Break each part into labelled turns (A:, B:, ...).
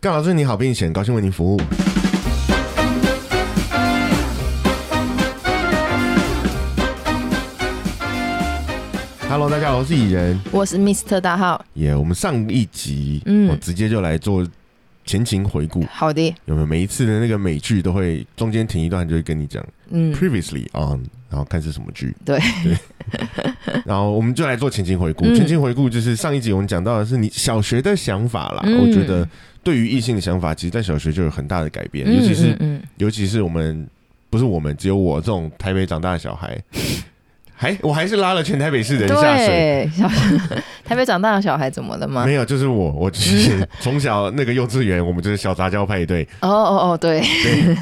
A: 干嘛祝你好并险，高兴为您服务。Hello，大家好，我是蚁人。
B: 我是 Mr 大号，
A: 耶、我们上一集，
B: 嗯
A: 我直接就来做前情回顾。
B: 好的，
A: 有没有每一次的那个美剧都会中间停一段，就会跟你讲
B: 嗯，
A: previously on，然后看是什么剧。
B: 对
A: 然后我们就来做前情回顾。
B: 嗯
A: 前情回顾就是上一集我们讲到的是你小学的想法啦。
B: 嗯
A: 我觉得对于异性的想法，其实在小学就有很大的改变，
B: 嗯
A: 尤其是
B: 嗯嗯，
A: 尤其是我们不是我们，只有我这种台北长大的小孩，还我还是拉了全台北市的人下水。
B: 嗯对，小 台北长大的小孩怎么了吗
A: 没？有，就是我，我 就是从小那个幼稚园，我们就是小杂交派对，
B: 哦哦哦，对，
A: 对，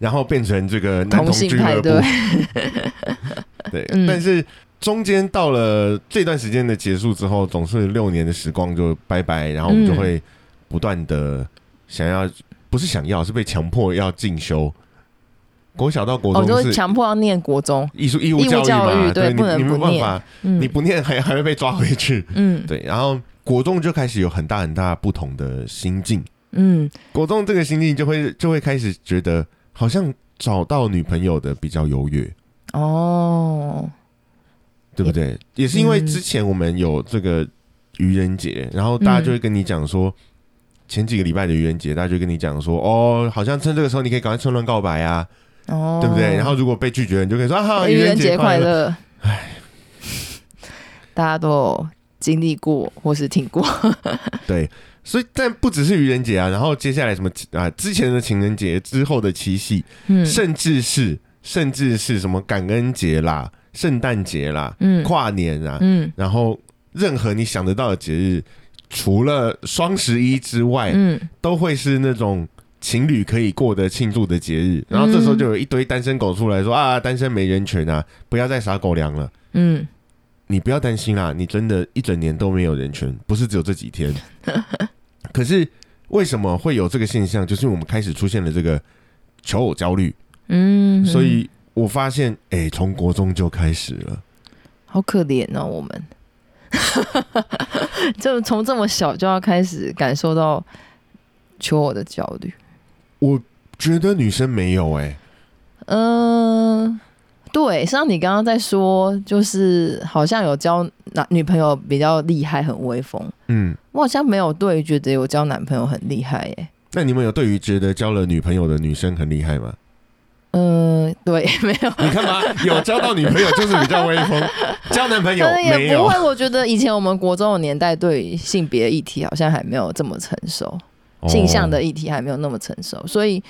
A: 然后变成这个男
B: 同
A: 同
B: 性
A: 俱乐
B: 派
A: 部
B: 对，
A: 对，
B: 嗯
A: 但是中间到了这段时间的结束之后，总是六年的时光就拜拜，然后我们就
B: 嗯
A: 会不断的想要，不是想要，是被强迫要进修。国小到国
B: 哦，就
A: 中
B: 是
A: 是
B: 强迫要念国中，
A: 艺术义务
B: 义务
A: 教
B: 教
A: 嘛，
B: 育对
A: 你
B: 不能
A: 你没
B: 不
A: 办
B: 念
A: 法，
B: 嗯，
A: 你不念还还会被抓回去。
B: 嗯
A: 对，然后国中就开始有很大很大不同的心境。
B: 嗯，
A: 国中这个心境就会就会开始觉得，好像找到女朋友的比较优越，
B: 哦，
A: 对不对？也是因为之前我们有这个愚人节，然后大家就会跟你讲说，前几个礼拜的愚人节，大家就会跟你讲
B: 嗯
A: 说，哦，好像趁这个时候你可以赶快趁乱告白啊，
B: 哦，哎
A: 对不对？然后如果被拒绝，你就可以说啊，哈
B: 愚人
A: 节
B: 节快
A: 乐。
B: 乐，大家都有经历过或是听过，
A: 对，所以但不只是愚人节啊，然后接下来什么啊，之前的情人节，之后的七夕，
B: 嗯
A: 甚至 是甚至是什么感恩节啦、圣诞节啦、
B: 嗯
A: 跨年啊，
B: 嗯
A: 然后任何你想得到的节日，除了双十一之外，
B: 嗯，
A: 都会是那种情侣可以过的庆祝的节日。然后这时候就有一堆单身狗出来说、啊，单身没人权啊，不要再撒狗粮了。
B: 嗯，
A: 你不要担心啦，你真的一整年都没有人权，不是只有这几天。可是为什么会有这个现象？就是因为我们开始出现了这个求偶焦虑，
B: 嗯，
A: 所以我发现，哎、从国中就开始了。
B: 好可怜哦，我们 就从这么小就要开始感受到求偶的焦虑。
A: 觉得女生没有哎、
B: 嗯、对，像你刚刚在说，就是好像有交男女朋友比较厉害，很威风。
A: 嗯，
B: 我好像没有对于觉得有交男朋友很厉害耶。
A: 那你们有对于觉得交了女朋友的女生很厉害 吗？
B: 嗯、对，没有，
A: 你看嘛，有交到女朋友就是比较威风，交男朋友
B: 但是
A: 没
B: 也不
A: 有。
B: 会。我觉得以前我们国中的年代，对于性别议题好像还没有这么成熟。性向的
A: 哦，
B: 议题还没有那么成熟，所以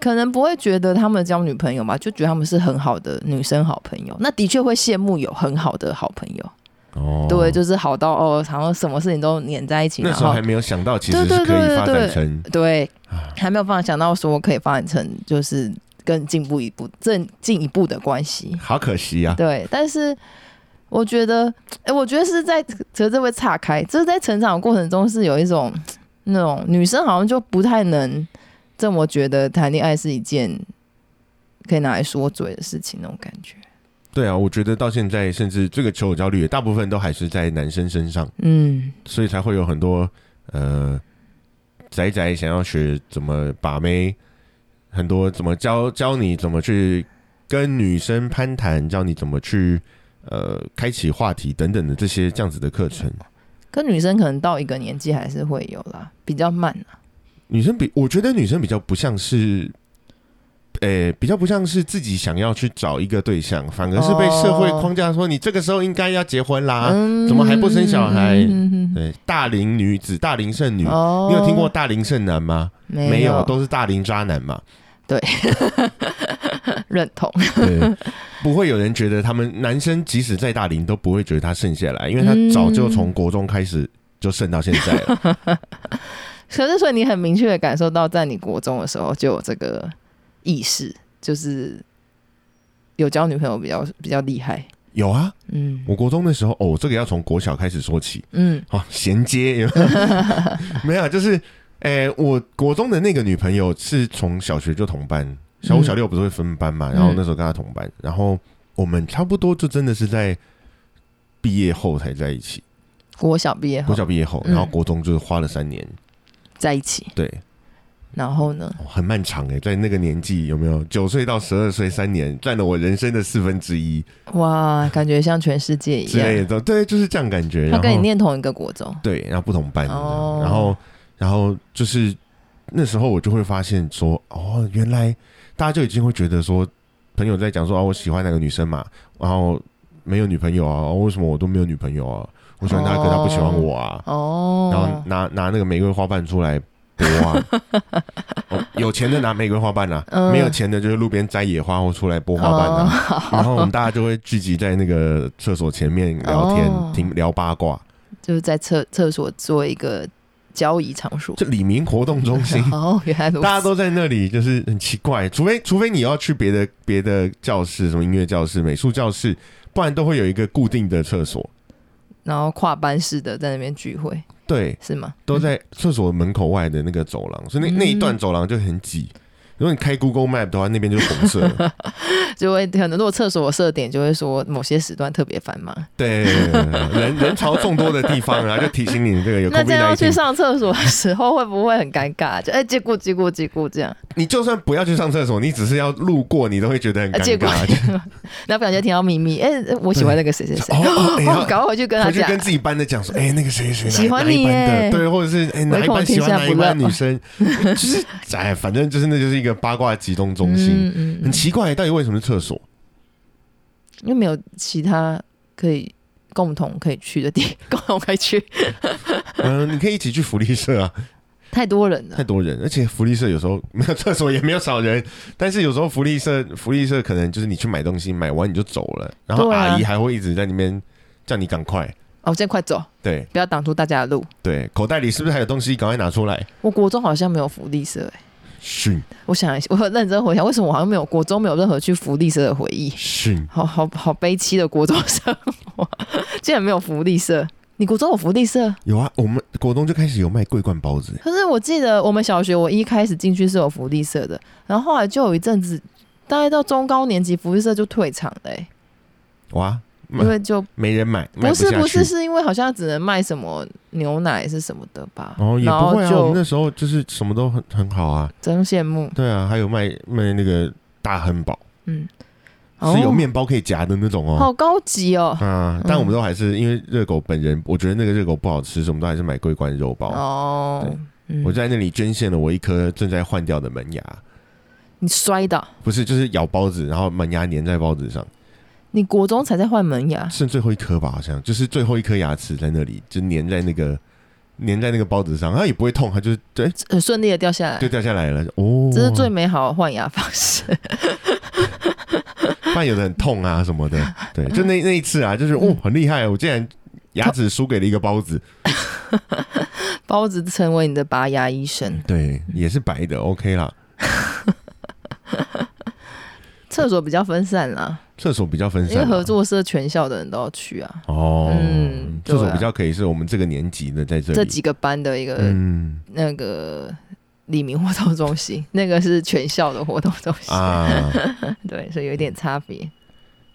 B: 可能不会觉得他们交女朋友嘛，就觉得他们是很好的女生好朋友。那的确会羡慕有很好的好朋友，
A: 哦
B: 对，就是好到哦，好像什么事情都黏在一起，
A: 那
B: 然
A: 时候
B: 后
A: 还没有想到，其实是
B: 对对
A: 可
B: 对
A: 以发展
B: 对对
A: 成
B: 对
A: 啊，
B: 还没有办法想到说可以发展成就是更进步一步、更进一步的关系。
A: 好可惜啊。
B: 对，但是我觉得，哎、我觉得是在，可是这会岔开，就是在成长的过程中是有一种那种女生好像就不太能这么觉得谈恋爱是一件可以拿来说嘴的事情那种感觉。
A: 对啊，我觉得到现在，甚至这个求偶焦虑，大部分都还是在男生身上，
B: 嗯，
A: 所以才会有很多呃宅宅想要学怎么把妹，很多怎么教教你怎么去跟女生攀谈，教你怎么去呃开启话题等等的这些这样子的课程。
B: 跟女生可能到一个年纪还是会有啦，比较慢啦。
A: 女生比我觉得女生比较不像是，诶、比较不像是自己想要去找一个对象，反而是被社会框架说你这个时候应该要结婚啦，
B: 嗯
A: 怎么还不生小孩
B: 嗯嗯嗯嗯
A: 对，大龄女子、大龄剩女。
B: 哦
A: 你有听过大龄剩男吗？
B: 没
A: 有，都是大龄渣男嘛。
B: 认同。
A: 对，不会有人觉得他们男生即使再大龄都不会觉得他剩下来，因为他早就从国中开始就剩到现在了。
B: 可是，所以你很明确的感受到，在你国中的时候就有这个意识，就是有交女朋友比较比较厉害。
A: 有啊，
B: 嗯
A: 我国中的时候，哦，这个要从国小开始说起。
B: 嗯
A: 哦，衔接有没 有？没有，啊就是，诶、我国中的那个女朋友是从小学就同班，小五、
B: 嗯
A: 小六不是会分班嘛？然后
B: 嗯
A: 那时候跟她同班，然后我们差不多就真的是在毕业后才在一起，
B: 国小毕业后
A: 国，小毕业后，
B: 嗯
A: 然后国中就是花了三年，
B: 在一起，
A: 对，
B: 然后呢，
A: 哦很漫长哎、在那个年纪有没有？九岁到十二岁三年，占了我人生的四分之一
B: 哇，感觉像全世界一
A: 之类
B: 样，
A: 的，对，就是这样感觉。
B: 他
A: 然后
B: 跟你念同一个国中，
A: 对，然后不同班这样，
B: 哦
A: 然后然后就是那时候我就会发现说，哦，原来大家就已经会觉得说，朋友在讲说啊，我喜欢哪个女生嘛，然后没有女朋友啊，为什么我都没有女朋友啊？我喜欢她，可她不喜欢我啊，
B: 哦，
A: 然后拿拿那个玫瑰花瓣出来。博 啊、哦有钱的拿玫瑰花瓣啊，
B: 嗯哦
A: 没有钱的就是路边摘野花或出来剥花瓣啊。然后我们大家就会聚集在那个厕所前面聊天，
B: 哦
A: 听聊八卦。
B: 就是在厕厕所做一个交易场所。，
A: 这李明活动中心
B: 哦，原来如此。
A: 大家都在那里，就是很奇怪。除非除非你要去别的别的教室，什么音乐教室、美术教室，不然都会有一个固定的厕所。
B: 然后跨班式的在那边聚会
A: 对，
B: 是吗？
A: 都在厕所门口外的那个走廊，所以那
B: 嗯
A: 那一段走廊就很挤。如果你开 Google Map 的话，那边就是红色的。
B: 就会可能如果厕所设点就会说某些时段特别繁忙，
A: 对，人人潮众多的地方，然后就提醒你这个有 COVID
B: 那这样要去
A: nineteen。
B: 上厕所的时候会不会很尴尬？就哎，结果结果结果这样，
A: 你就算不要去上厕所，你只是要路过，你都会觉得很
B: 啊
A: 尴
B: 结果
A: 尬。就
B: 然后感觉听到秘密，哎，我喜欢那个谁谁谁，
A: 哦，哎
B: 哦，赶快回去跟他
A: 回去
B: 讲
A: 跟。自己班的讲说，哎、那个谁谁谁
B: 喜欢
A: 哪
B: 你
A: 一班
B: 耶
A: 的，对，或者是哎、哪
B: 唯
A: 一
B: 恐
A: 班
B: 天
A: 喜欢
B: 下
A: 哪一
B: 不
A: 班
B: 乱
A: 女生，就是哎，反正就是那就是一个八卦集中中心，
B: 嗯
A: 很奇怪，到底为什么是厕所？
B: 因为没有其他可以共同可以去的地， 共同可以去，
A: 嗯，你可以一起去福利社啊，
B: 太多人了
A: 太。多人，而且福利社有时候没有厕所也没有少人， 但是有时候福利社福利社可能就是你去买东西，买完你就走了，然后
B: 对啊
A: 阿姨还会一直在那边叫你赶快，
B: 哦，我现在快走，
A: 对
B: 不要挡住大家的路。
A: 对，口袋里是不是还有东西？赶快拿出来，
B: 我国中好像没有福利社、欸，
A: 训
B: 我想一下，我很认真回想，为什么我好像没有国中没有任何去福利社的回忆？
A: 训，
B: 好好好悲戚的国中生活， 竟然没有福利社。你国中有福利社？
A: 有啊，我们国中就开始有卖桂冠包子。
B: 可是我记得我们小学我一开始进去是有福利社的，然后后来就有一阵子，大概到中高年级福利社就退场了、欸，
A: 哇，
B: 因为就
A: 没人买，嗯卖
B: 不是
A: 下
B: 不
A: 去
B: 是，。是因为好像只能卖什么牛奶是什么的吧，
A: 哦，也
B: 然
A: 不
B: 后
A: 会啊，我们
B: 就
A: 那时候就是什么都很很好啊，
B: 真羡慕，
A: 对啊，还有卖卖那个大汉堡，
B: 嗯，
A: 是有
B: 哦
A: 面包可以夹的那种哦。
B: 好高级哦，
A: 啊！但我们都还是因为热狗本人，我觉得那个热狗不好吃，所以我们都还是买桂冠肉包。
B: 哦
A: 对，
B: 嗯
A: 我在那里捐献了我一颗正在换掉的门牙，
B: 你摔倒，
A: 不是就是咬包子，然后门牙粘在包子上，
B: 你国中才在换门牙，
A: 剩最后一颗吧，好像就是最后一颗牙齿在那里就粘在那个粘在那个包子上，啊它也不会痛，它就是对
B: 很呃顺利的掉下来
A: 就，掉下来了。哦，
B: 这是最美好的换牙方式。
A: 不然有的很痛啊什么 的。对，就那那一次啊，就是哦，很厉害，我竟然牙齿输给了一个包子。
B: 包子成为你的拔牙医生，
A: 对，也是白的，OK 啦。
B: 厕所比较分散啦，
A: 厕所比较分
B: 因为
A: 散啊，
B: 合作社全校的人都要去啊，
A: 哦，
B: 嗯
A: 厕
B: 对
A: 所
B: 啊
A: 比较可以是我们这个年级的在这里。
B: 这几个班的一个、
A: 嗯
B: 那个李明活动中心， 那个是全校的活动中心，
A: 啊，
B: 对，所以有一点差别。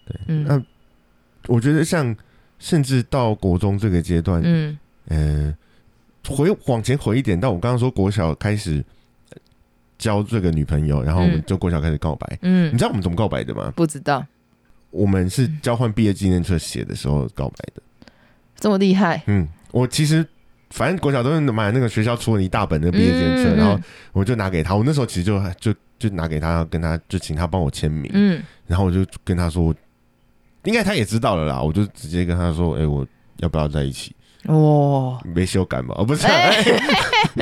B: 对，
A: 那
B: 嗯
A: 我觉得像甚至到国中这个阶段，
B: 嗯，
A: 嗯，回往前回一点，到我刚刚说国小开始呃交这个女朋友，然后我们
B: 嗯
A: 就国小开始告白。你
B: 嗯，
A: 知道我们怎么告白的吗？
B: 不知道
A: 我们是交换毕业纪念册写的时候告白的。
B: 这么厉害，
A: 嗯，我其实反正国小都是买那个学校出了一大本的毕业纪念册，
B: 嗯嗯
A: 然后我就拿给他。我那时候其实就就就拿给他，跟他就请他帮我签名。
B: 嗯，
A: 然后我就跟他说，应该他也知道了啦。我就直接跟他说，哎、我要不要在一起？
B: 哇、
A: 没修改嘛？哦，不是啊、
B: 嗯哎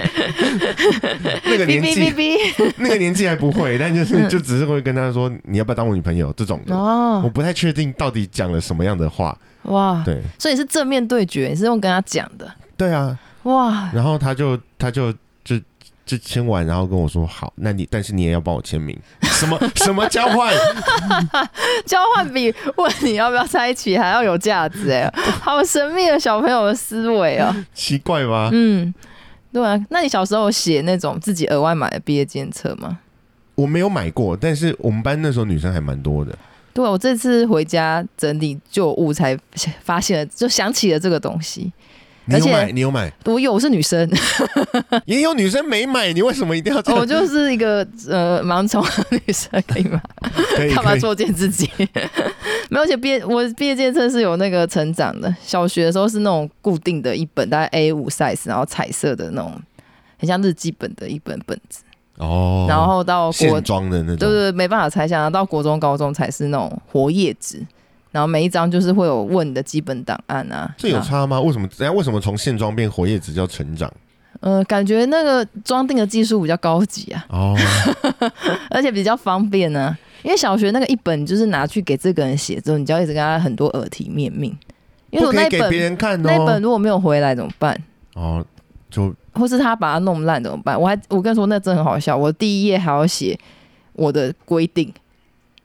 A: 那个
B: 哔
A: 年
B: 哔哔
A: 纪，
B: 哔，
A: 那个年纪还不 会，但就是
B: 嗯
A: 就只是会跟他说，你要不要当我女朋友这种的。我
B: 哦，
A: 不太确定到底讲了什么样的话，
B: 哇，
A: 对
B: 所以是正面对决，你是用跟他讲的，
A: 对啊，
B: 哇，
A: 然后他就他就就就签完，然后跟我说好，那你但是你也要帮我签名，什 么什么交换，
B: 交换比问你要不要在一起还要有价 值哎、好神秘的小朋友的思维哦、
A: 奇怪吗？
B: 嗯，对啊，那你小时候有写那种自己额外买的毕业纪念册吗？
A: 我没有买过，但是我们班那时候女生还蛮多的，
B: 对啊、我这次回家整理旧物才发现了，就想起了这个东西。
A: 你
B: 而
A: 有
B: 且
A: 买，你有买，
B: 我有我是 女生，
A: 也有女生没买，你为什么一定要这样？
B: 我就是一个呃盲从的女生，可以吗？
A: 可以
B: 干嘛
A: 可以，
B: 作践自己？没有，而且毕业我毕业纪念册是有那个成长的。小学的时候是那种固定的一本，大概 A 五 size，然后彩色的那种，很像日记本的一本本子。
A: 哦，
B: 然后到国
A: 现装的那
B: 对
A: 种，
B: 对，没办法拆下。然后到国中、高中才是那种活页纸，然后每一张就是会有问你的基本档案啊。
A: 这有
B: 然后
A: 差吗？为什么？人家为什么从现装变活页纸叫成长？
B: 呃，感觉那个装订的技术比较高级啊，
A: 哦，
B: 而且比较方便呢、因为小学那个一本就是拿去给这个人写之后，你就要一直跟他很多耳提面命。因为
A: 不
B: 我
A: 可
B: 那
A: 以
B: 一
A: 给
B: 本
A: 别人看
B: 那一本
A: 哦。
B: 如果没有回来怎么办？
A: 哦，就
B: 或是他把它弄烂怎么办？我还我跟你说，那真的很好笑。我第一页还要写我的规定，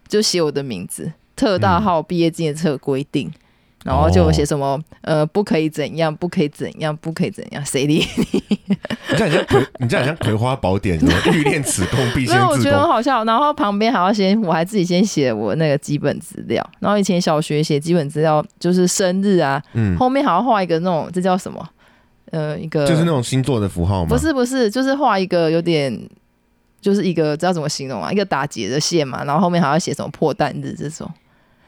B: 就写我的名字，特大号毕业纪念册规定，
A: 嗯
B: 然后
A: 哦
B: 就有写什么、呃不可以怎样，不可以怎样，不可以怎样，谁理？
A: 你这样很像葵，你这样很像葵花宝典，什 么欲练此功，必
B: 没
A: 先
B: 有，我
A: 自
B: 觉得很
A: 宫。
B: 好笑。然后旁边还要先，我还自己先写我那个基本资料。然后以前小学写基本资料就是生日啊，
A: 嗯，
B: 后面还要画一个那种这叫什么？呃，一个
A: 就是那种星座的符号吗？
B: 不，是不是，就是画一个有点，就是一个知道怎么形容啊，一个打结的线嘛，然后后面还要写什么破蛋日这种，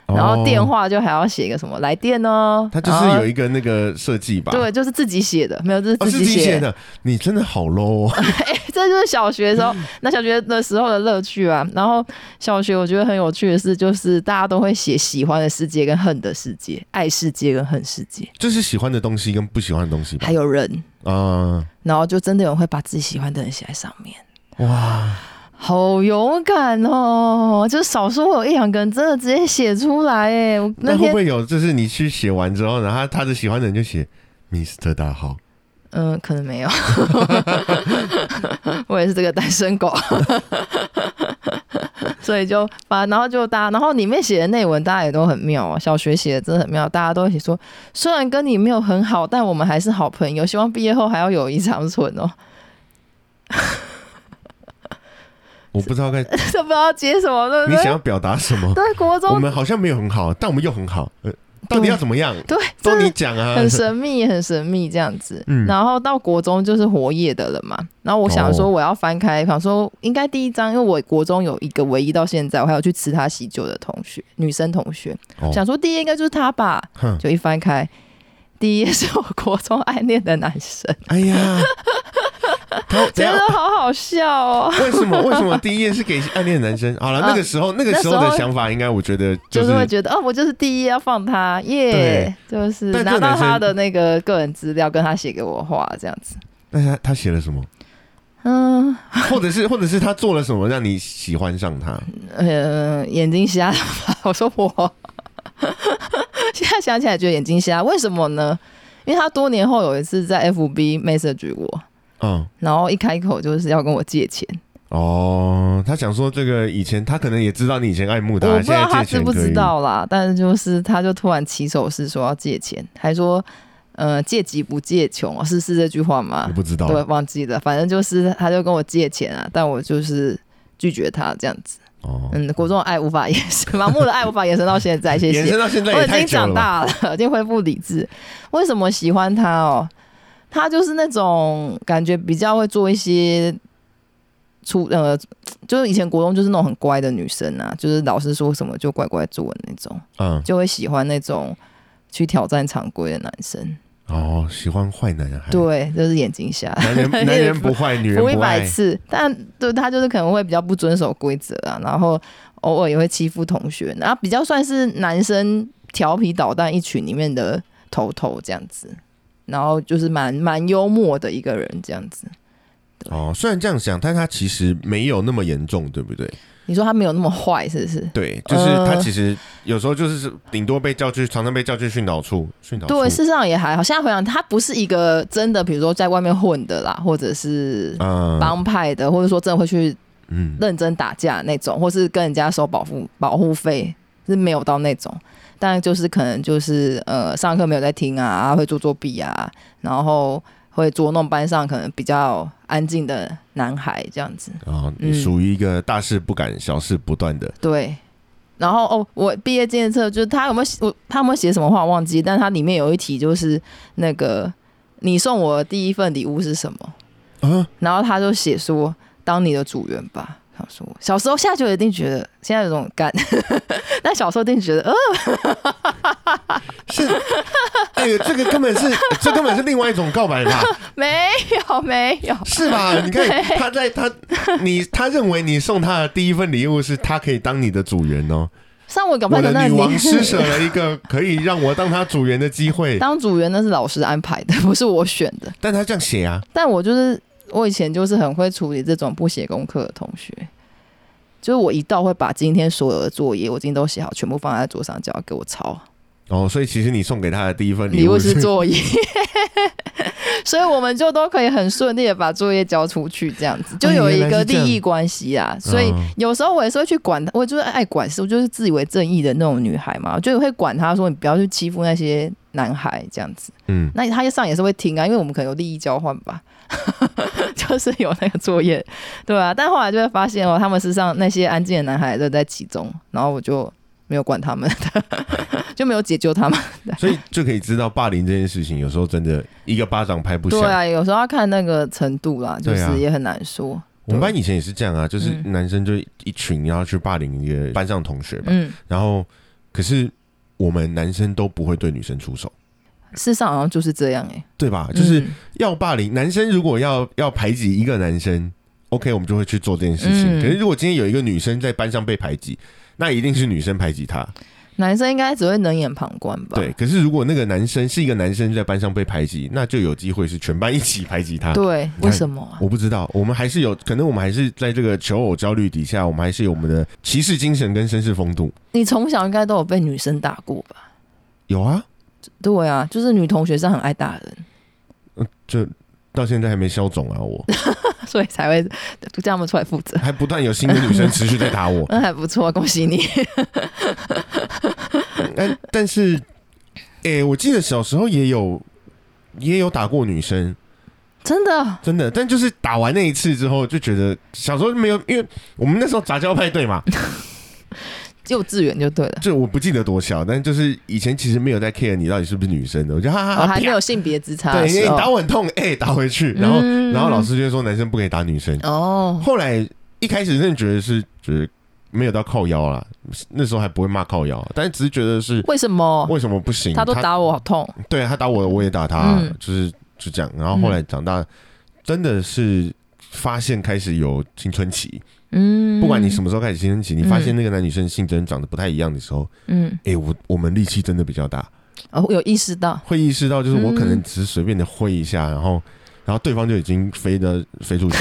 B: 然后电。话就还要写一个什么来电哦，
A: 哦它就
B: 然
A: 是
B: 后
A: 有一个那个设计吧？
B: 对，就是自己写的，没有，这是
A: 哦，
B: 自
A: 是
B: 己
A: 自己
B: 写
A: 写，的，你真的好 low 哦！
B: 这就是小学的时候，那小学的时候的乐趣啊。然后小学我觉得很有趣的是，就是大家都会写喜欢的世界跟恨的世界，爱世界跟恨世界，
A: 就是喜欢的东西跟不喜欢的东西吧
B: 还。有人，
A: 啊，
B: 然后就真的有人会把自己喜欢的人写在上面。
A: 哇，
B: 好勇敢哦！就少数会有一两个人真的直接写出来哎，我
A: 那
B: 那
A: 会
B: 天
A: 不会有？就是你去写完之后，然后他他的喜欢的人就写 Mr 大号，
B: 嗯、可能没有， 我也是这个单身狗， 所以就把然后就大家，然后里面写的内文大家也都很妙哦，小学写的真的很妙，大家都会写说虽然跟你没有很好，但我们还是好朋友，希望毕业后还要友谊长存哦。
A: 我不知道该
B: 这不知道接什么，对不
A: 你想
B: 对？
A: 要表达什么。
B: 对，国
A: 我
B: 中
A: 们好像没有很好，但我们又很好，呃，到底要怎么样？
B: 对，
A: 都
B: 真的
A: 你讲 啊，
B: 很神秘，很神秘这样子。
A: 嗯
B: 然后到国中就是活页的了嘛。然后我想
A: 哦
B: 说我要翻开，想说应该第一章，因为我国中有一个唯一到现在我还有去吃他喜酒的同学，女生同学，
A: 哦
B: 想说第一页应该就是他吧，
A: 哼，
B: 就一翻开。第一页是我国中暗恋的男 生，
A: 哎 呀，他等
B: 真
A: 一
B: 的
A: 下
B: 好好笑哦！
A: 为什么为什么第一页是给暗恋的男生？好了，
B: 啊
A: 那个时候那个时候
B: 那时
A: 的
B: 候
A: 想法，应该我觉得 就
B: 就是是会觉得哦，我就是第一页要放他耶，就是
A: 但这
B: 拿
A: 个
B: 到
A: 男生
B: 他的那个个人资料，跟他写给我话这样子。
A: 那他他写了什么，
B: 嗯，
A: 或者是或者是他做了什么让你喜欢上他？
B: 呃，眼睛瞎了吧？我说我， 现在想起来觉得眼睛瞎，为什么呢？因为他多年后有一次在 FB message 我，
A: 嗯，
B: 然后一开口就是要跟我借钱，
A: 哦，他想说这个以前他可能也知道你以前爱慕他，
B: 我不
A: 现
B: 知道
A: 在
B: 他
A: 借
B: 知
A: 钱
B: 不
A: 可
B: 知
A: 以。
B: 道啦，但是就是他就突然起手是说要借钱，还说呃借急不借穷哦，是是这句话吗
A: 我？不知道，
B: 对，忘记了，反正就是他就跟我借钱啊，但我就是拒绝他这样子。
A: 哦，
B: 嗯，国中的爱无法延伸，盲目的爱无法延伸到现在，谢谢
A: 延。伸到现在
B: 我
A: 也
B: 已
A: 太
B: 经
A: 久
B: 长
A: 了吧。
B: 大了，已经恢复理智。为什么喜欢他哦？他就是那种感觉比较会做一些出呃，就是以前国中就是那种很乖的女生啊，就是老师说什么就乖乖做的那种，
A: 嗯，
B: 就会喜欢那种去挑战常规的男生。
A: 哦，喜欢坏男人还，
B: 对，就是眼睛瞎。
A: 男 人男人不坏，女人
B: 服一
A: 不
B: 百
A: 爱。
B: 次，但对他就是可能会比较不遵守规则啊，然后偶尔也会欺负同学，然后比较算是男生调皮捣蛋一群里面的头头这样子，然后就是蛮蛮幽默的一个人这样子。
A: 哦，虽然这样想，但他其实没有那么严重，对不对？
B: 你说他没有那么坏是不是？
A: 对，就是
B: 呃
A: 他其实有时候就是顶多被叫去，常常被叫去训导处，训导处。
B: 对，事实上也还好。现在回想，他不是一个真的，比如说在外面混的啦，或者是
A: 嗯
B: 帮派的，或者说真的会去
A: 嗯，
B: 认真打架那种，或是跟人家收保护保护费是没有到那种，但就是可能就是呃上课没有在听啊，会做作弊啊，然后会捉弄班上可能比较安静的男孩这样子，
A: 啊，你
B: 嗯
A: 属于一个大事不敢，小事不断的。
B: 对。然后哦，我毕业纪念册就是他有没有写我他有没有写什么话我忘记，但他里面有一题就是那个你送我的第一份礼物是什么？
A: 啊，
B: 然后他就写说当你的主人吧。他说小时候下就一定觉得现在有种 干，但小时候一定觉得呃
A: 是，哎、呦，这个根本是，这根本是另外一种告白吧，
B: 没有 没有，
A: 是 吧？你看他在他你他认为你送他的第一份礼物是他可以当你的主人哦，
B: 上我搞不
A: 我
B: 好
A: 的
B: 那
A: 女
B: 你
A: 王施舍了一个可以让我当他主人的机会，
B: 当组员那是老师安排的， 不是我选的。
A: 但他这样写啊，
B: 但我就是我以前就是很会处理这种不写功课的同学，就是我一到会把今天所有的作业我已经都写好，全部放在桌上，叫他给我抄。
A: 哦，所以其实你送给他的第一份
B: 礼物
A: 物
B: 是作业， 所以我们就都可以很顺利的把作业交出去，这样子就有一
A: 哦原来
B: 个
A: 是这
B: 利
A: 样
B: 益关系啊。所以
A: 嗯
B: 有时候我也是会去管他，我就是爱管事，我就是自以为正义的那种女孩嘛，我就会管他说你不要去欺负那些男孩这样子。
A: 嗯，
B: 那他上也是会听啊，因为我们可能有利益交换吧， 就是有那个作业，对啊。但后来就会发现哦，他们身上那些安静的男孩都在其中，然后我就没有管他们， 就没有解救他们。
A: 所以就可以知道霸凌这件事情，有时候真的一个巴掌拍不响。
B: 对啊，有时候要看那个程度啦，就
A: 对啊
B: 是也很难说。
A: 我们班以前也是这样啊，就是
B: 嗯
A: 男生就一群要去霸凌一个班上同学吧，
B: 嗯，
A: 然后可是我们男生都不会对女生出手，
B: 世上好像就是这样哎、
A: 对吧？啊就是
B: 嗯
A: 要霸凌，男生如果要要排挤一个男生，OK，我们就会去做这件事情。
B: 嗯
A: 可是如果今天有一个女生在班上被排挤，那一定是女生排挤她。
B: 男生应该只会冷眼旁观吧？
A: 对，可是如果那个男生是一个男生在班上被排挤，那就有机会是全班一起排挤他。
B: 对，
A: 看
B: 为什么啊？
A: 我不知道，我们还是有可能，我们还是在这个求偶焦虑底下，我们还是有我们的骑士精神跟绅士风度。
B: 你从小应该都有被女生打过吧？
A: 有啊，
B: 对啊，就是女同学上很爱打人，
A: 就到现在还没消肿啊，我
B: 所以才会这样出来负 责。
A: 还不断有新的女生持续在打我。
B: 那还不错，啊恭喜你。
A: 但但是，诶、我记得小时候也有也有打过女生，
B: 真的，
A: 真的。但就是打完那一次之后，就觉得小时候没有，因为我们那时候杂交派对 嘛，
B: 幼稚园就对了，
A: 就我不记得多小，但就是以前其实没有在 care 你到底是不是女生的，我就哈哈哈
B: 哦我还没
A: 啊啪
B: 有性别之差的
A: 对，因为
B: 时
A: 你
B: 候。
A: 打我很痛，哎、打回去，然后、
B: 嗯
A: 然后老师就说男生不可以打女生。
B: 哦，
A: 后来一开始真的觉得是觉得没有到靠腰啦，那时候还不会骂靠腰，但只是觉得是
B: 为什么？
A: 为什么不行？
B: 哦他都打我，好痛。
A: 对他打我，我也打他，
B: 嗯
A: 就是就这样。然后后来长大，真的是发现开始有青春期，
B: 嗯，
A: 不管你什么时候开始青春期，你
B: 嗯
A: 发现那个男女生性征长得不太一样的时候，
B: 嗯，
A: 哎、我我们力气真的比较大，
B: 哦，有意识到，
A: 会意识到就是我可能
B: 嗯
A: 只是随便的挥一下，然后。然后对方就已经飞的飞 出去，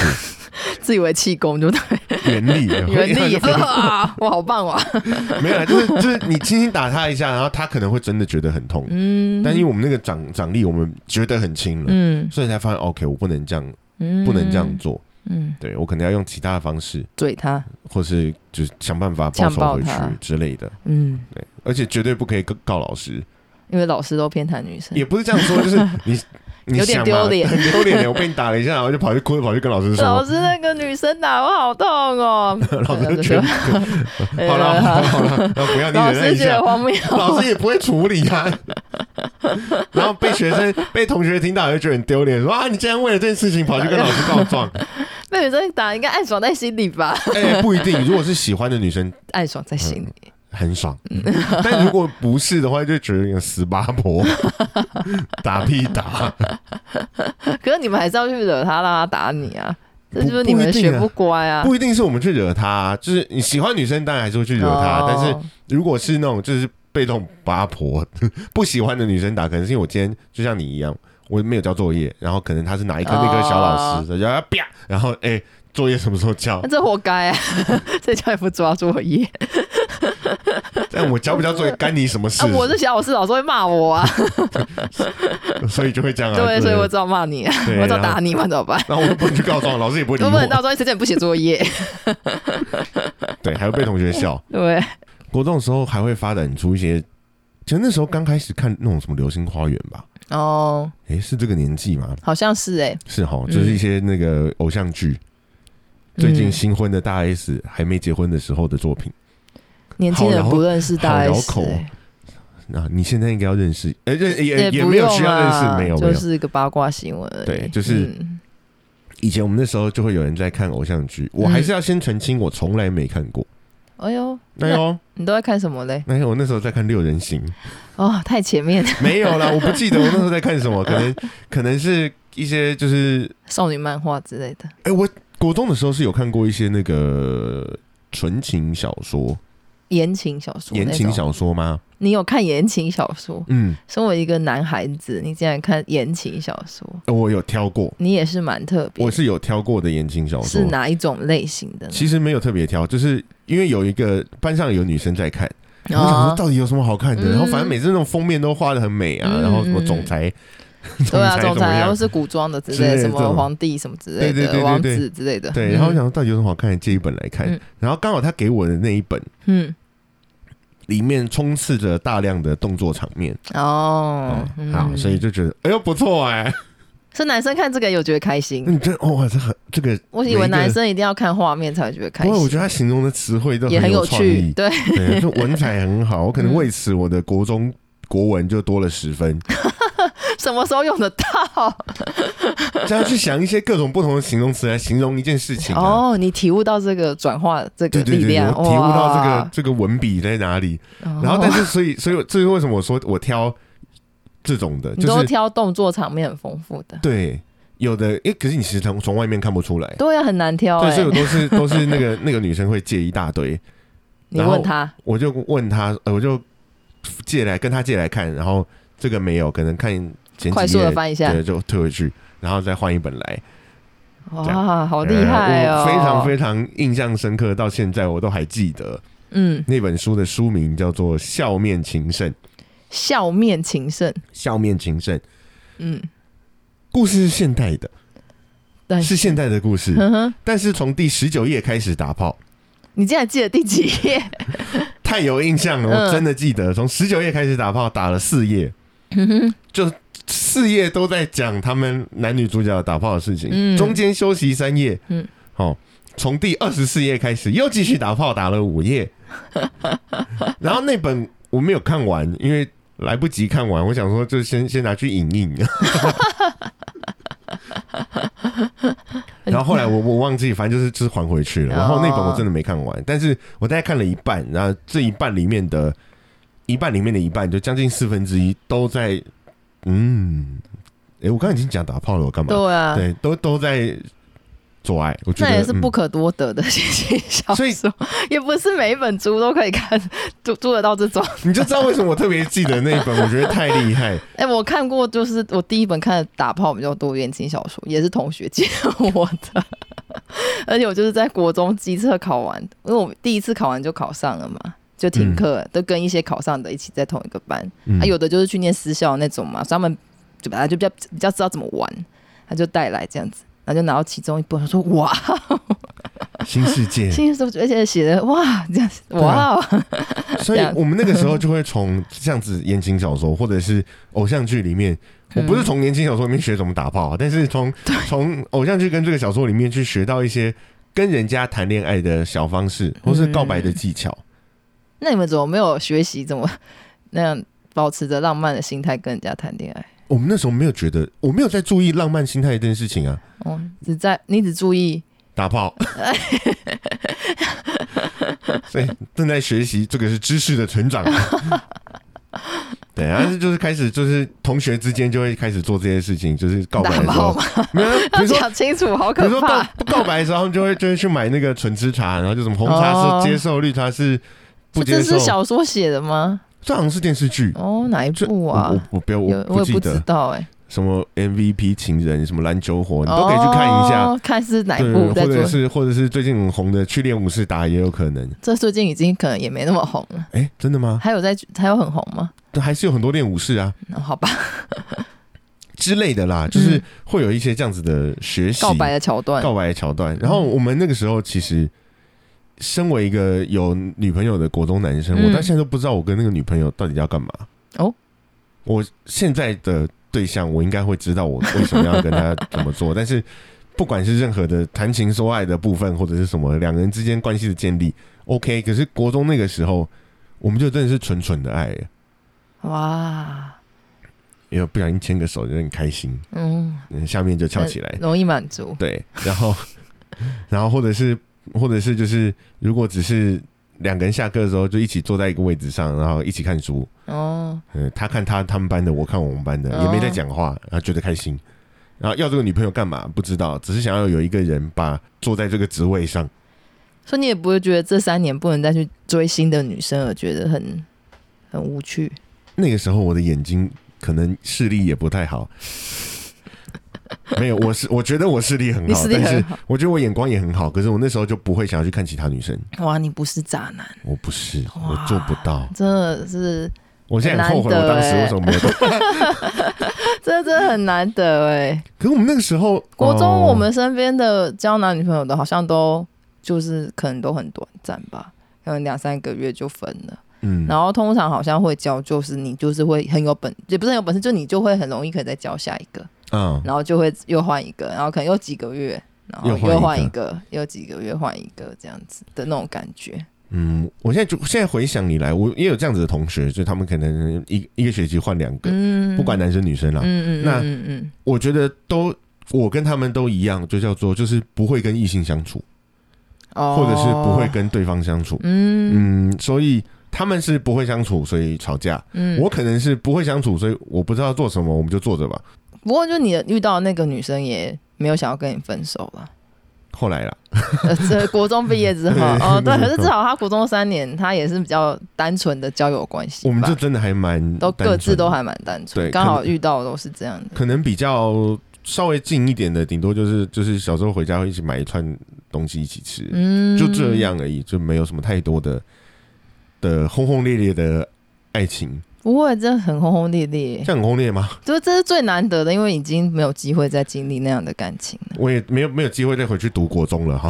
B: 自以为气功就对，
A: 原力了
B: 原 力
A: 就飞出去
B: 啊，我好棒哇！
A: 没有啦，啊就是就是你轻轻打他一下，然后他可能会真的觉得很痛，
B: 嗯，
A: 但因为我们那个掌掌力，我们觉得很轻了，
B: 嗯
A: 所以才发现哦 OK，我不能这样，
B: 嗯
A: 不能这样，做，
B: 嗯，
A: 对我可能要用其他的方式，
B: 怼他，
A: 或是就是想办法报
B: 呛
A: 仇
B: 爆
A: 回去
B: 他
A: 之类的，
B: 嗯，
A: 对，而且绝对不可以告告老师，
B: 因为老师都偏袒女生
A: 也，不是这样说， 就是你。你
B: 有点
A: 想嘛
B: 丢脸
A: 很丢脸的。我被你打了一下，然后就跑去哭，跑去跟老师说：“
B: 老师那个女生打我好痛哦，
A: 老师
B: 对
A: 就觉得，
B: 对
A: 好了，
B: 对
A: 好了，好了，然后不要你
B: 老
A: 忍耐
B: 师
A: 一
B: 觉
A: 下
B: 得。”荒谬，
A: 老师也不会处理啊。然后被学生、被同学听到，就觉得很丢脸，说啊，你竟然为了这件事情跑去跟老师告 状。
B: 被女生打应该暗爽在心里 吧？
A: 哎、不一定，如果是喜欢的女生
B: 暗爽在心里，
A: 很爽，
B: 嗯
A: 但如果不是的话，就觉得有死八婆， 打屁 打。
B: 可是你们还是要去惹他，让他打你啊！
A: 不
B: 这就是你们学不乖啊！
A: 嗯不一定是我们去惹她，就是你喜欢女生，当然还是会去惹她。
B: 哦
A: 但是如果是那种就是被动八婆， 不喜欢的女生打，可能是因为我今天就像你一样，我没有交作业，然后可能她是哪一科那科小老
B: 哦
A: 师，她就啊啪，然后哎、作业什么时候交
B: 那？这活该啊！谁叫你不抓作业
A: 但我交不交作业干你什么事
B: 啊？？我是小老师，老师会骂我啊，
A: 所以就会这样 啊。
B: 对，
A: 不
B: 所以我只好骂你啊，
A: 对
B: 我只好
A: 然后
B: 打你嘛，怎么办？
A: 然后我又不能去告状，老师也不会理
B: 我不能
A: 我。
B: 到时候谁叫你不写作 业？
A: 对，还会被同学笑。
B: 对，
A: 国中的时候还会发展出一些，其实那时候刚开始看那种什么《流星花园》吧，
B: 哦，
A: 诶，是这个年纪吗？
B: 好像是哎，
A: 是哈，
B: 嗯
A: 就是一些那个偶像剧。最近
B: 嗯
A: 新婚的大 S 还没结婚的时候的作品，
B: 年轻人不认识大
A: 好绕
B: S，
A: 口
B: 欸
A: 啊，你现在应该要认识，呃，认也也
B: 不
A: 没有
B: 用啊
A: 需要认识，
B: 啦
A: 没有没
B: 就
A: 有。
B: 是一个八卦新闻而已。
A: 对就是
B: 嗯
A: 以前我们那时候就会有人在看偶像剧，我还是要先澄清，我从来没看过。
B: 哎呦，
A: 哎呦，
B: 你都在看什么嘞？
A: 哎呦，我那时候在看《六人行》，
B: 哦，太前面了，
A: 没有啦，我不记得我那时候在看什么，可能可能是一些就是，
B: 少女漫画之类的。
A: 哎、我国中的时候是有看过一些那个纯情小说、
B: 言情小说，
A: 言情，小说吗？
B: 你有看言情小说？
A: 嗯，
B: 身为一个男孩子，你竟然看言情小说，
A: 我有挑过，
B: 你也是蛮特别。
A: 我是有挑过的言情小说
B: 是。哪一种类型的呢？
A: 其实没有特别挑，就是因为有一个班上有女生在看，我想说
B: 哦，
A: 到底有什么好看的？
B: 嗯
A: 然后反正每次那种封面都画的很美啊，
B: 嗯
A: 然后什么
B: 嗯
A: 总裁，
B: 对啊，
A: 总怎么
B: 总裁或
A: 样？
B: 是古装的之
A: 之类
B: 类
A: 的
B: 的，什
A: 这
B: 么
A: 种
B: 皇帝什么之
A: 对对
B: 类
A: 对对
B: 的，
A: 对
B: 王子之类的。
A: 对，
B: 嗯
A: 然后我想说到底有什么好看的？借一本来看
B: 嗯，
A: 然后刚好他给我的那一本
B: 嗯，
A: 里面充斥着大量的动作场面，
B: 哦
A: 哦，，好，
B: 嗯
A: 所以就觉得哎呦不错哎，
B: 是男生看这个有觉得开心
A: 那。你真哇，这很这个，
B: 我以为男，生一定要看画面才会觉得开
A: 不过我
B: 心，
A: 觉得他形容的词汇都
B: 也很
A: 有
B: 有
A: 创
B: 趣。
A: 意，
B: 对，
A: 对，就文采很好，我可能
B: 嗯
A: 为此我的国中国文就多了十 分。
B: 什么时候用得到？
A: 这样去想一些各种不同的形容词来形容一件事情、啊。
B: 哦，你体悟到这个转化这个
A: 对对
B: 力
A: 对，对
B: 量，
A: 我体悟到这个
B: 哇。哦
A: 这个文笔在哪里，然
B: 然
A: 后但是所以所以这是为什么我说我挑这种的，
B: 你
A: 就
B: 都
A: 是
B: 挑动作场面很丰富的，
A: 对有的，诶，可是你其实从从外面看不出来，
B: 对啊，很难挑
A: 对，
B: 哎
A: 所以。我都是都是那个那个女生会借一大堆，
B: 你
A: 然后
B: 问他，
A: 我就问她，呃我就借来跟她借来看，然后这个没有，可能看前
B: 快
A: 几
B: 速的
A: 页，
B: 翻一下，
A: 对，就退回去，然后再换一本来，这
B: 哇，好厉害
A: 呃
B: 哦！
A: 我非常非常印象深刻，到现在我都还记得。
B: 嗯，
A: 那本书的书名叫做《笑面情圣》，
B: 笑面情圣，
A: 笑面情圣
B: 嗯，
A: 故事是现代的，
B: 但
A: 是现代的故事，
B: 哼哼，
A: 但是从第十九页开始打炮，
B: 你竟然记得第几页？
A: 太有印象了，我
B: 嗯
A: 真的记得，从十九页开始打炮，打了四页，
B: 嗯
A: 就四页都在讲他们男女主角打炮的事情，
B: 嗯
A: 中间休息三页，嗯
B: 嗯，
A: 好、从第二十四页开始又继续打炮，打了五 页，然后那本我没有看完，因为来不及看完，我想说就先先拿去影印，然后后 来我我忘记，反正就是就是还回去了。
B: 哦
A: 然后那本我真的没看完，但是我大概看了一半，然后这一半里面的，一半里面的一半，就将近四分之一都在，嗯，诶，我刚刚已经讲打炮了，我干嘛？
B: 对啊，
A: 对，都都在做爱，我觉
B: 那
A: 得
B: 也是不
A: 嗯
B: 可多得的心情小
A: 所以
B: 说， 也不是每一本书都可以看， 做做得到这种。
A: 你就知道为什么我特别记得那一本，我觉得太厉害。
B: 哎、我看过，就是我第一本看的打炮比较多言情小说，也是同学借我的， 而且我就是在国中机测考完，因为我第一次考完就考上了嘛，就停课了，都跟一些考上的一起在同一个班。
A: 嗯
B: 啊，有的就是去念私校那种嘛，所以他们就本来就比较比较知道怎么玩，他就带来这样子，然后就拿到其中一本，我说哇，
A: 新世界，
B: 心里说，而且写的哇这样子，
A: 嗯啊
B: 哇哦，
A: 所以
B: 这样
A: 我们那个时候就会从这样子言情小说或者是偶像剧里面，我
B: 嗯
A: 不是从言情小说里面学怎么打炮啊，但是从从偶像剧跟这个小说里面去学到一些跟人家谈恋爱的小方式，或是告白的技巧。
B: 嗯那你们怎么没有学习怎么那样保持着浪漫的心态跟人家谈恋爱？
A: 我们那时候没有觉得，我没有在注意浪漫心态这件事情啊，
B: 哦，只在你只注意
A: 打 炮。所以正在学习，这个是知识的成长 啊。对，然后就是开始，就是同学之间就会开始做这些事情，就是告白
B: 打
A: 的时
B: 炮
A: 候，
B: 吗？
A: 没有，比
B: 要
A: 如说
B: 讲清楚，好
A: 比如
B: 可
A: 说告
B: 怕。
A: 告白的时候，他们就会就会去买那个纯吃茶，然后就什么红茶
B: 哦
A: 是接受，绿茶是不接
B: 这
A: 受
B: 是。小说写的吗？
A: 这好像是电视剧，
B: 哦，哪一
A: 这
B: 部啊
A: 我？我不要，
B: 有
A: 我
B: 我也
A: 记
B: 不知
A: 得
B: 道哎，
A: 什么 MVP 情人，什么篮球火，你都可以去看一下。
B: 哦，看是哪一
A: 对，
B: 部在
A: 或者
B: 做。
A: 是或者是最近很红的《去练武士达》也有可能。
B: 这最近已经可能也没那么红了，
A: 哎，真的吗？
B: 还有在还有很红吗？
A: 还是有很多练武士啊
B: 嗯好吧，
A: 之类的啦，就是
B: 嗯
A: 会有一些这样子的学习
B: 告白的桥段，
A: 告白的桥段。然后我们那个时候其实，身为一个有女朋友的国中男生，
B: 嗯
A: 我到现在都不知道我跟那个女朋友到底要干嘛。
B: 哦，
A: 我现在的对象，我应该会知道我为什么要跟他 怎么做，但是。不管是任何的谈情说爱的部分，或者是什么两人之间关系的建立，OK。可是国中那个时候，我们就真的是纯纯的爱，
B: 哇，
A: 因为不小心牵个手就很开心，
B: 嗯，
A: 嗯下面就翘起来，
B: 容易满足，
A: 对，然后 然后或者是或者是就是如果只是两个人下课的时候就一起坐在一个位置上，然后一起看书，
B: 哦，
A: 嗯，他看他他们班的，我看我们班的，
B: 哦
A: 也没在讲话，然后觉得开心。然后要这个女朋友干嘛？不知道，只是想要有一个人把坐在这个职位上。
B: 所以你也不会觉得这三年不能再去追新的女生而觉得很很无趣，
A: 那个时候我的眼睛可能视力也不太好，没有，我是我觉得我视力很
B: 你
A: 好，
B: 视力
A: 但
B: 很
A: 是
B: 好，
A: 我觉得我眼光也很好，可是我那时候就不会想要去看其他女生。
B: 哇，你不是渣男，
A: 我不是，
B: 哇
A: 我做不到。
B: 真的是，
A: 我现在很后悔，
B: 很
A: 我
B: 难
A: 当
B: 得欸
A: 时为什么没有 做。
B: 这 真的很难得哎、
A: 可是我们那个时候，
B: 国中
A: 哦
B: 我们身边的交男女朋友的，好像都就是可能都很短暂吧，可能两三个月就分了。
A: 嗯，
B: 然后通常好像会交，就是你就是会很有本，也不是很有本事，就你就会很容易可以再交下一个，
A: 嗯，
B: 然后就会又换一个，然后可能又几个月，然后
A: 又换一个
B: 又换一个，又几个月换一个这样子的那种感觉。
A: 嗯，我现在就现在回想以来，我也有这样子的同学，就他们可能一一个学期换两个，
B: 嗯，
A: 不管男生女生啦。
B: 嗯，嗯嗯
A: 那
B: 嗯嗯
A: 我觉得都我跟他们都一样，就叫做就是不会跟异性相处，
B: 哦，
A: 或者是不会跟对方相处。
B: 嗯
A: 嗯，所以他们是不会相处，所以吵架。
B: 嗯
A: 我可能是不会相处，所以我不知道做什么，我们就做着吧。
B: 不过就你遇到的那个女生也没有想要跟你分手了。
A: 后来啦，
B: 呃，这国中毕业 之后，哦，对，
A: 那个
B: 可
A: 时候
B: 是至少他国中三年，他也是比较单纯的交友关系吧，
A: 我们就真的还蛮
B: 都各
A: 单
B: 自
A: 纯的
B: 都还蛮单纯，
A: 对
B: 刚
A: 可
B: 好
A: 能
B: 遇到的都是这样的。
A: 可能比较稍微近一点的，顶多就是就是小时候回家会一起买一串东西一起吃，
B: 嗯，
A: 就这。样而已，就没有什么太多的的轰轰烈烈的爱情，
B: 不会，真的很轰轰烈烈
A: 这，样很轰烈吗？
B: 就这是最难得的，因为已经没有机会再经历那样的感情了。
A: 我也没有没有机会再回去读国中了哈。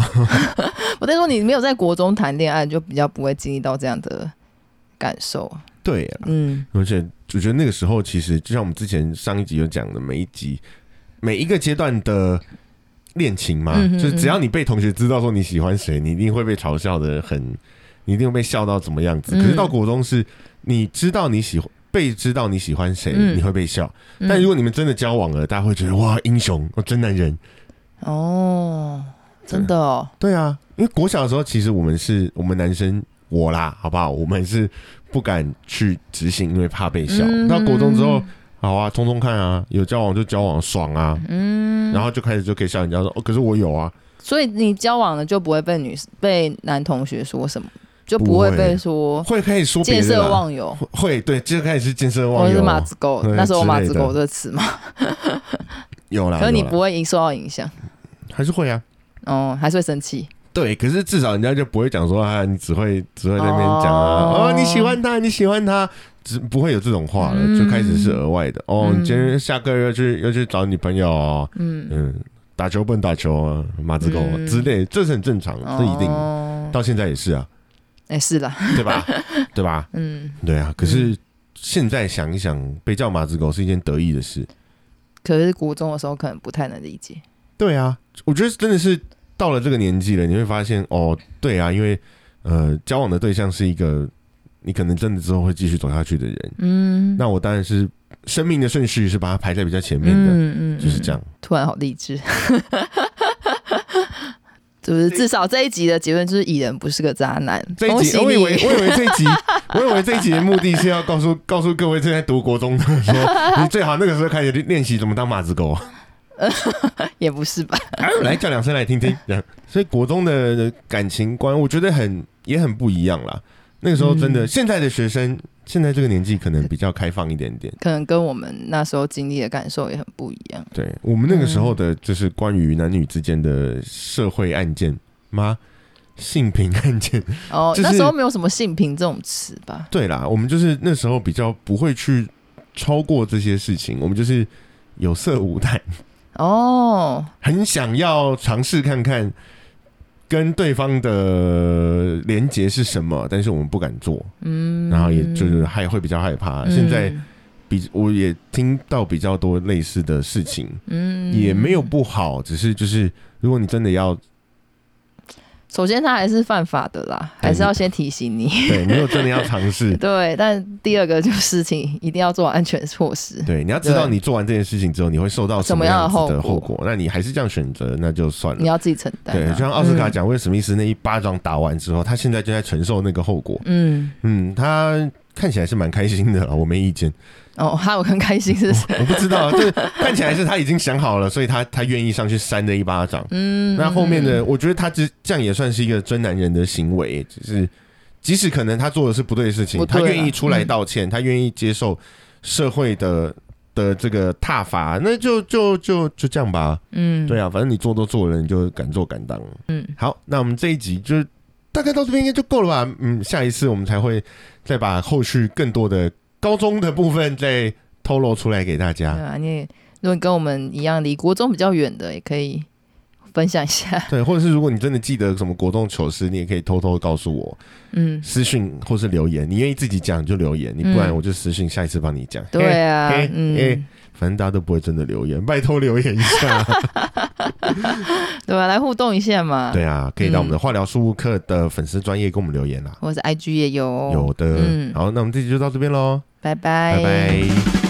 B: 我在说，你没有在国中谈恋爱，就比较不会经历到这样的感受。
A: 对、啊，
B: 嗯，
A: 而且我觉得那个时候其实就像我们之前上一集有讲的，每一集每一个阶段的。恋情嘛，
B: 嗯哼
A: 就是只要你被同学知道说你喜欢谁，你一定会被嘲笑的很，你一定会被笑到怎么样子。
B: 嗯
A: 可是到国中是，你知道你喜欢，被知道你喜欢谁，
B: 嗯
A: 你会被笑。
B: 嗯
A: 但如果你们真的交往了，大家会觉得哇，英雄，哦真男人。
B: 哦，真的哦，
A: 对啊，因为国小的时候，其实我们是我们男生我啦，好不好？我们是不敢去执行，因为怕被笑。
B: 嗯
A: 到国中之后，好啊，冲冲看啊，有交往就交往，爽啊，
B: 嗯，
A: 然后就开始就可以笑人家说，哦，可是我有啊，
B: 所以你交往了就不会被女被男同学说什么，就
A: 不
B: 不
A: 会
B: 会被说
A: 会开始说别
B: 见
A: 人
B: 色
A: 啊，
B: 忘友，
A: 会会对，就开始是见色
B: 或
A: 忘
B: 者是
A: 友，
B: 马子狗
A: 对。
B: 那时 候
A: 之
B: 马
A: 类
B: 子
A: 的
B: 狗这个词嘛，
A: 有啦，
B: 可是你
A: 有啦
B: 不会影受到影响，
A: 还是会啊。
B: 哦，还是会生气。
A: 对，可是至少人家就不会讲说啊，你只会只会在那边讲啊，
B: 哦
A: 哦，你喜欢他，你喜欢他，只不会有这种话了，
B: 嗯
A: 就开始是额外的哦。
B: 嗯
A: 你今天下课要去要去找女朋友哦，
B: 嗯，
A: 嗯，打球不能打球啊，马子狗啊
B: 嗯
A: 之类，这是很正常，这一定的
B: 哦
A: 到现在也是啊，
B: 哎，是啦，
A: 对 吧？对吧？
B: 嗯，
A: 对啊。可是现在想一想，被叫马子狗是一件得意的事。
B: 可是国中的时候可能不太能理解。
A: 对啊，我觉得真的是到了这个年纪了，你会发现哦，对啊，因为呃，交往的对象是一个你可能真的之后会继续走下去的人。
B: 嗯，
A: 那我当然是生命的顺序是把它排在比较前面的，
B: 嗯嗯，
A: 就是这
B: 样。
A: 样。
B: 突然好 励志。就是至少这一集的结论就是蚁人不是个渣男，
A: 这
B: 恭
A: 一集，
B: 喜
A: 我以
B: 你
A: 为 我以为这一集， 我以为这一集的目的是要告诉告诉各位正在读国中的 说，你最好那个时候开始练习怎么当马子狗，
B: 也不是吧？
A: 啊来叫两声来听听。这样，所以国中的感情观，我觉得很也很不一样啦。那个时候真的，
B: 嗯
A: 现在的学生，现在这个年纪可能比较开放一点点。
B: 可能跟我们那时候经历的感受也很不一样。
A: 对我们那个时候
B: 嗯
A: 的，就是关于男女之间的社会案件吗？性平案件，
B: 哦，
A: 就是
B: 那时候没有什么性平这种词吧？
A: 对啦，我们就是那时候比较不会去超过这些事情，我们就是有色无胆，
B: 哦，
A: 很想要尝试看看跟对方的连接是什么，但是我们不敢做，
B: 嗯，
A: 然后也就是害会比较害怕。
B: 嗯
A: 现在比我也听到比较多类似的事情，
B: 嗯
A: 也没有不好，只是就是如果你真的要
B: 首先它还是犯法的啦，还是要先提醒你。
A: 对，没有真的要尝试。
B: 对，但第二个就是事情一定要做好安全措施。
A: 对，你要知道你做完这件事情之后，你会受到
B: 什么
A: 么
B: 样的
A: 样子的
B: 后
A: 后
B: 果
A: 果。那你还是这样选择，那就算
B: 你
A: 了。
B: 要自己承担、
A: 对，就
B: 啊。
A: 像奥斯卡奖威尔史密斯那一巴掌打完之后，他现在就在承受那个后果。
B: 嗯，
A: 嗯，他看起来是蛮开心的啦，我没意见。
B: 哦，哈，我很开心，是不是？
A: 我不知道，啊就是看起来是他已经想好了，所以他他愿意上去扇那一巴掌。
B: 嗯，
A: 那后面的，我觉得他这这样也算是一个真男人的行为，就是即使可能他做的是不对的事情
B: 不，对
A: 他
B: 啊
A: 愿意出来道歉，他愿意接受社会的的这个挞伐，那就就就就这样吧。
B: 嗯，
A: 对啊，反正你做都做了，你就敢做敢当。
B: 嗯，
A: 好，那我们这一集就是大概到这边应该就够了吧？嗯，下一次我们才会再把后续更多的高中的部分再透露出来给大
B: 对
A: 家。
B: 啊，你也如果跟我们一样离国中比较远的，也可以分享一下。
A: 对，或者是如果你真的记得什么国中糗事，你也可以偷偷告诉我，
B: 嗯，
A: 私讯或是留言。你愿意自己讲就留言，你不然
B: 嗯
A: 我就私讯下一次帮你讲。
B: 对啊
A: 嘿嘿，嘿
B: 嗯，
A: 反正大家都不会真的留言，拜托留言一 下。
B: 对啊，来互动一下嘛。
A: 对，啊，可以到我们的化疗事务课的粉丝专业跟我们留言啦。啊
B: 或者是 IG 也有，
A: 有的，
B: 嗯
A: 好，那我们这集就到这边喽，
B: 拜拜，
A: 拜拜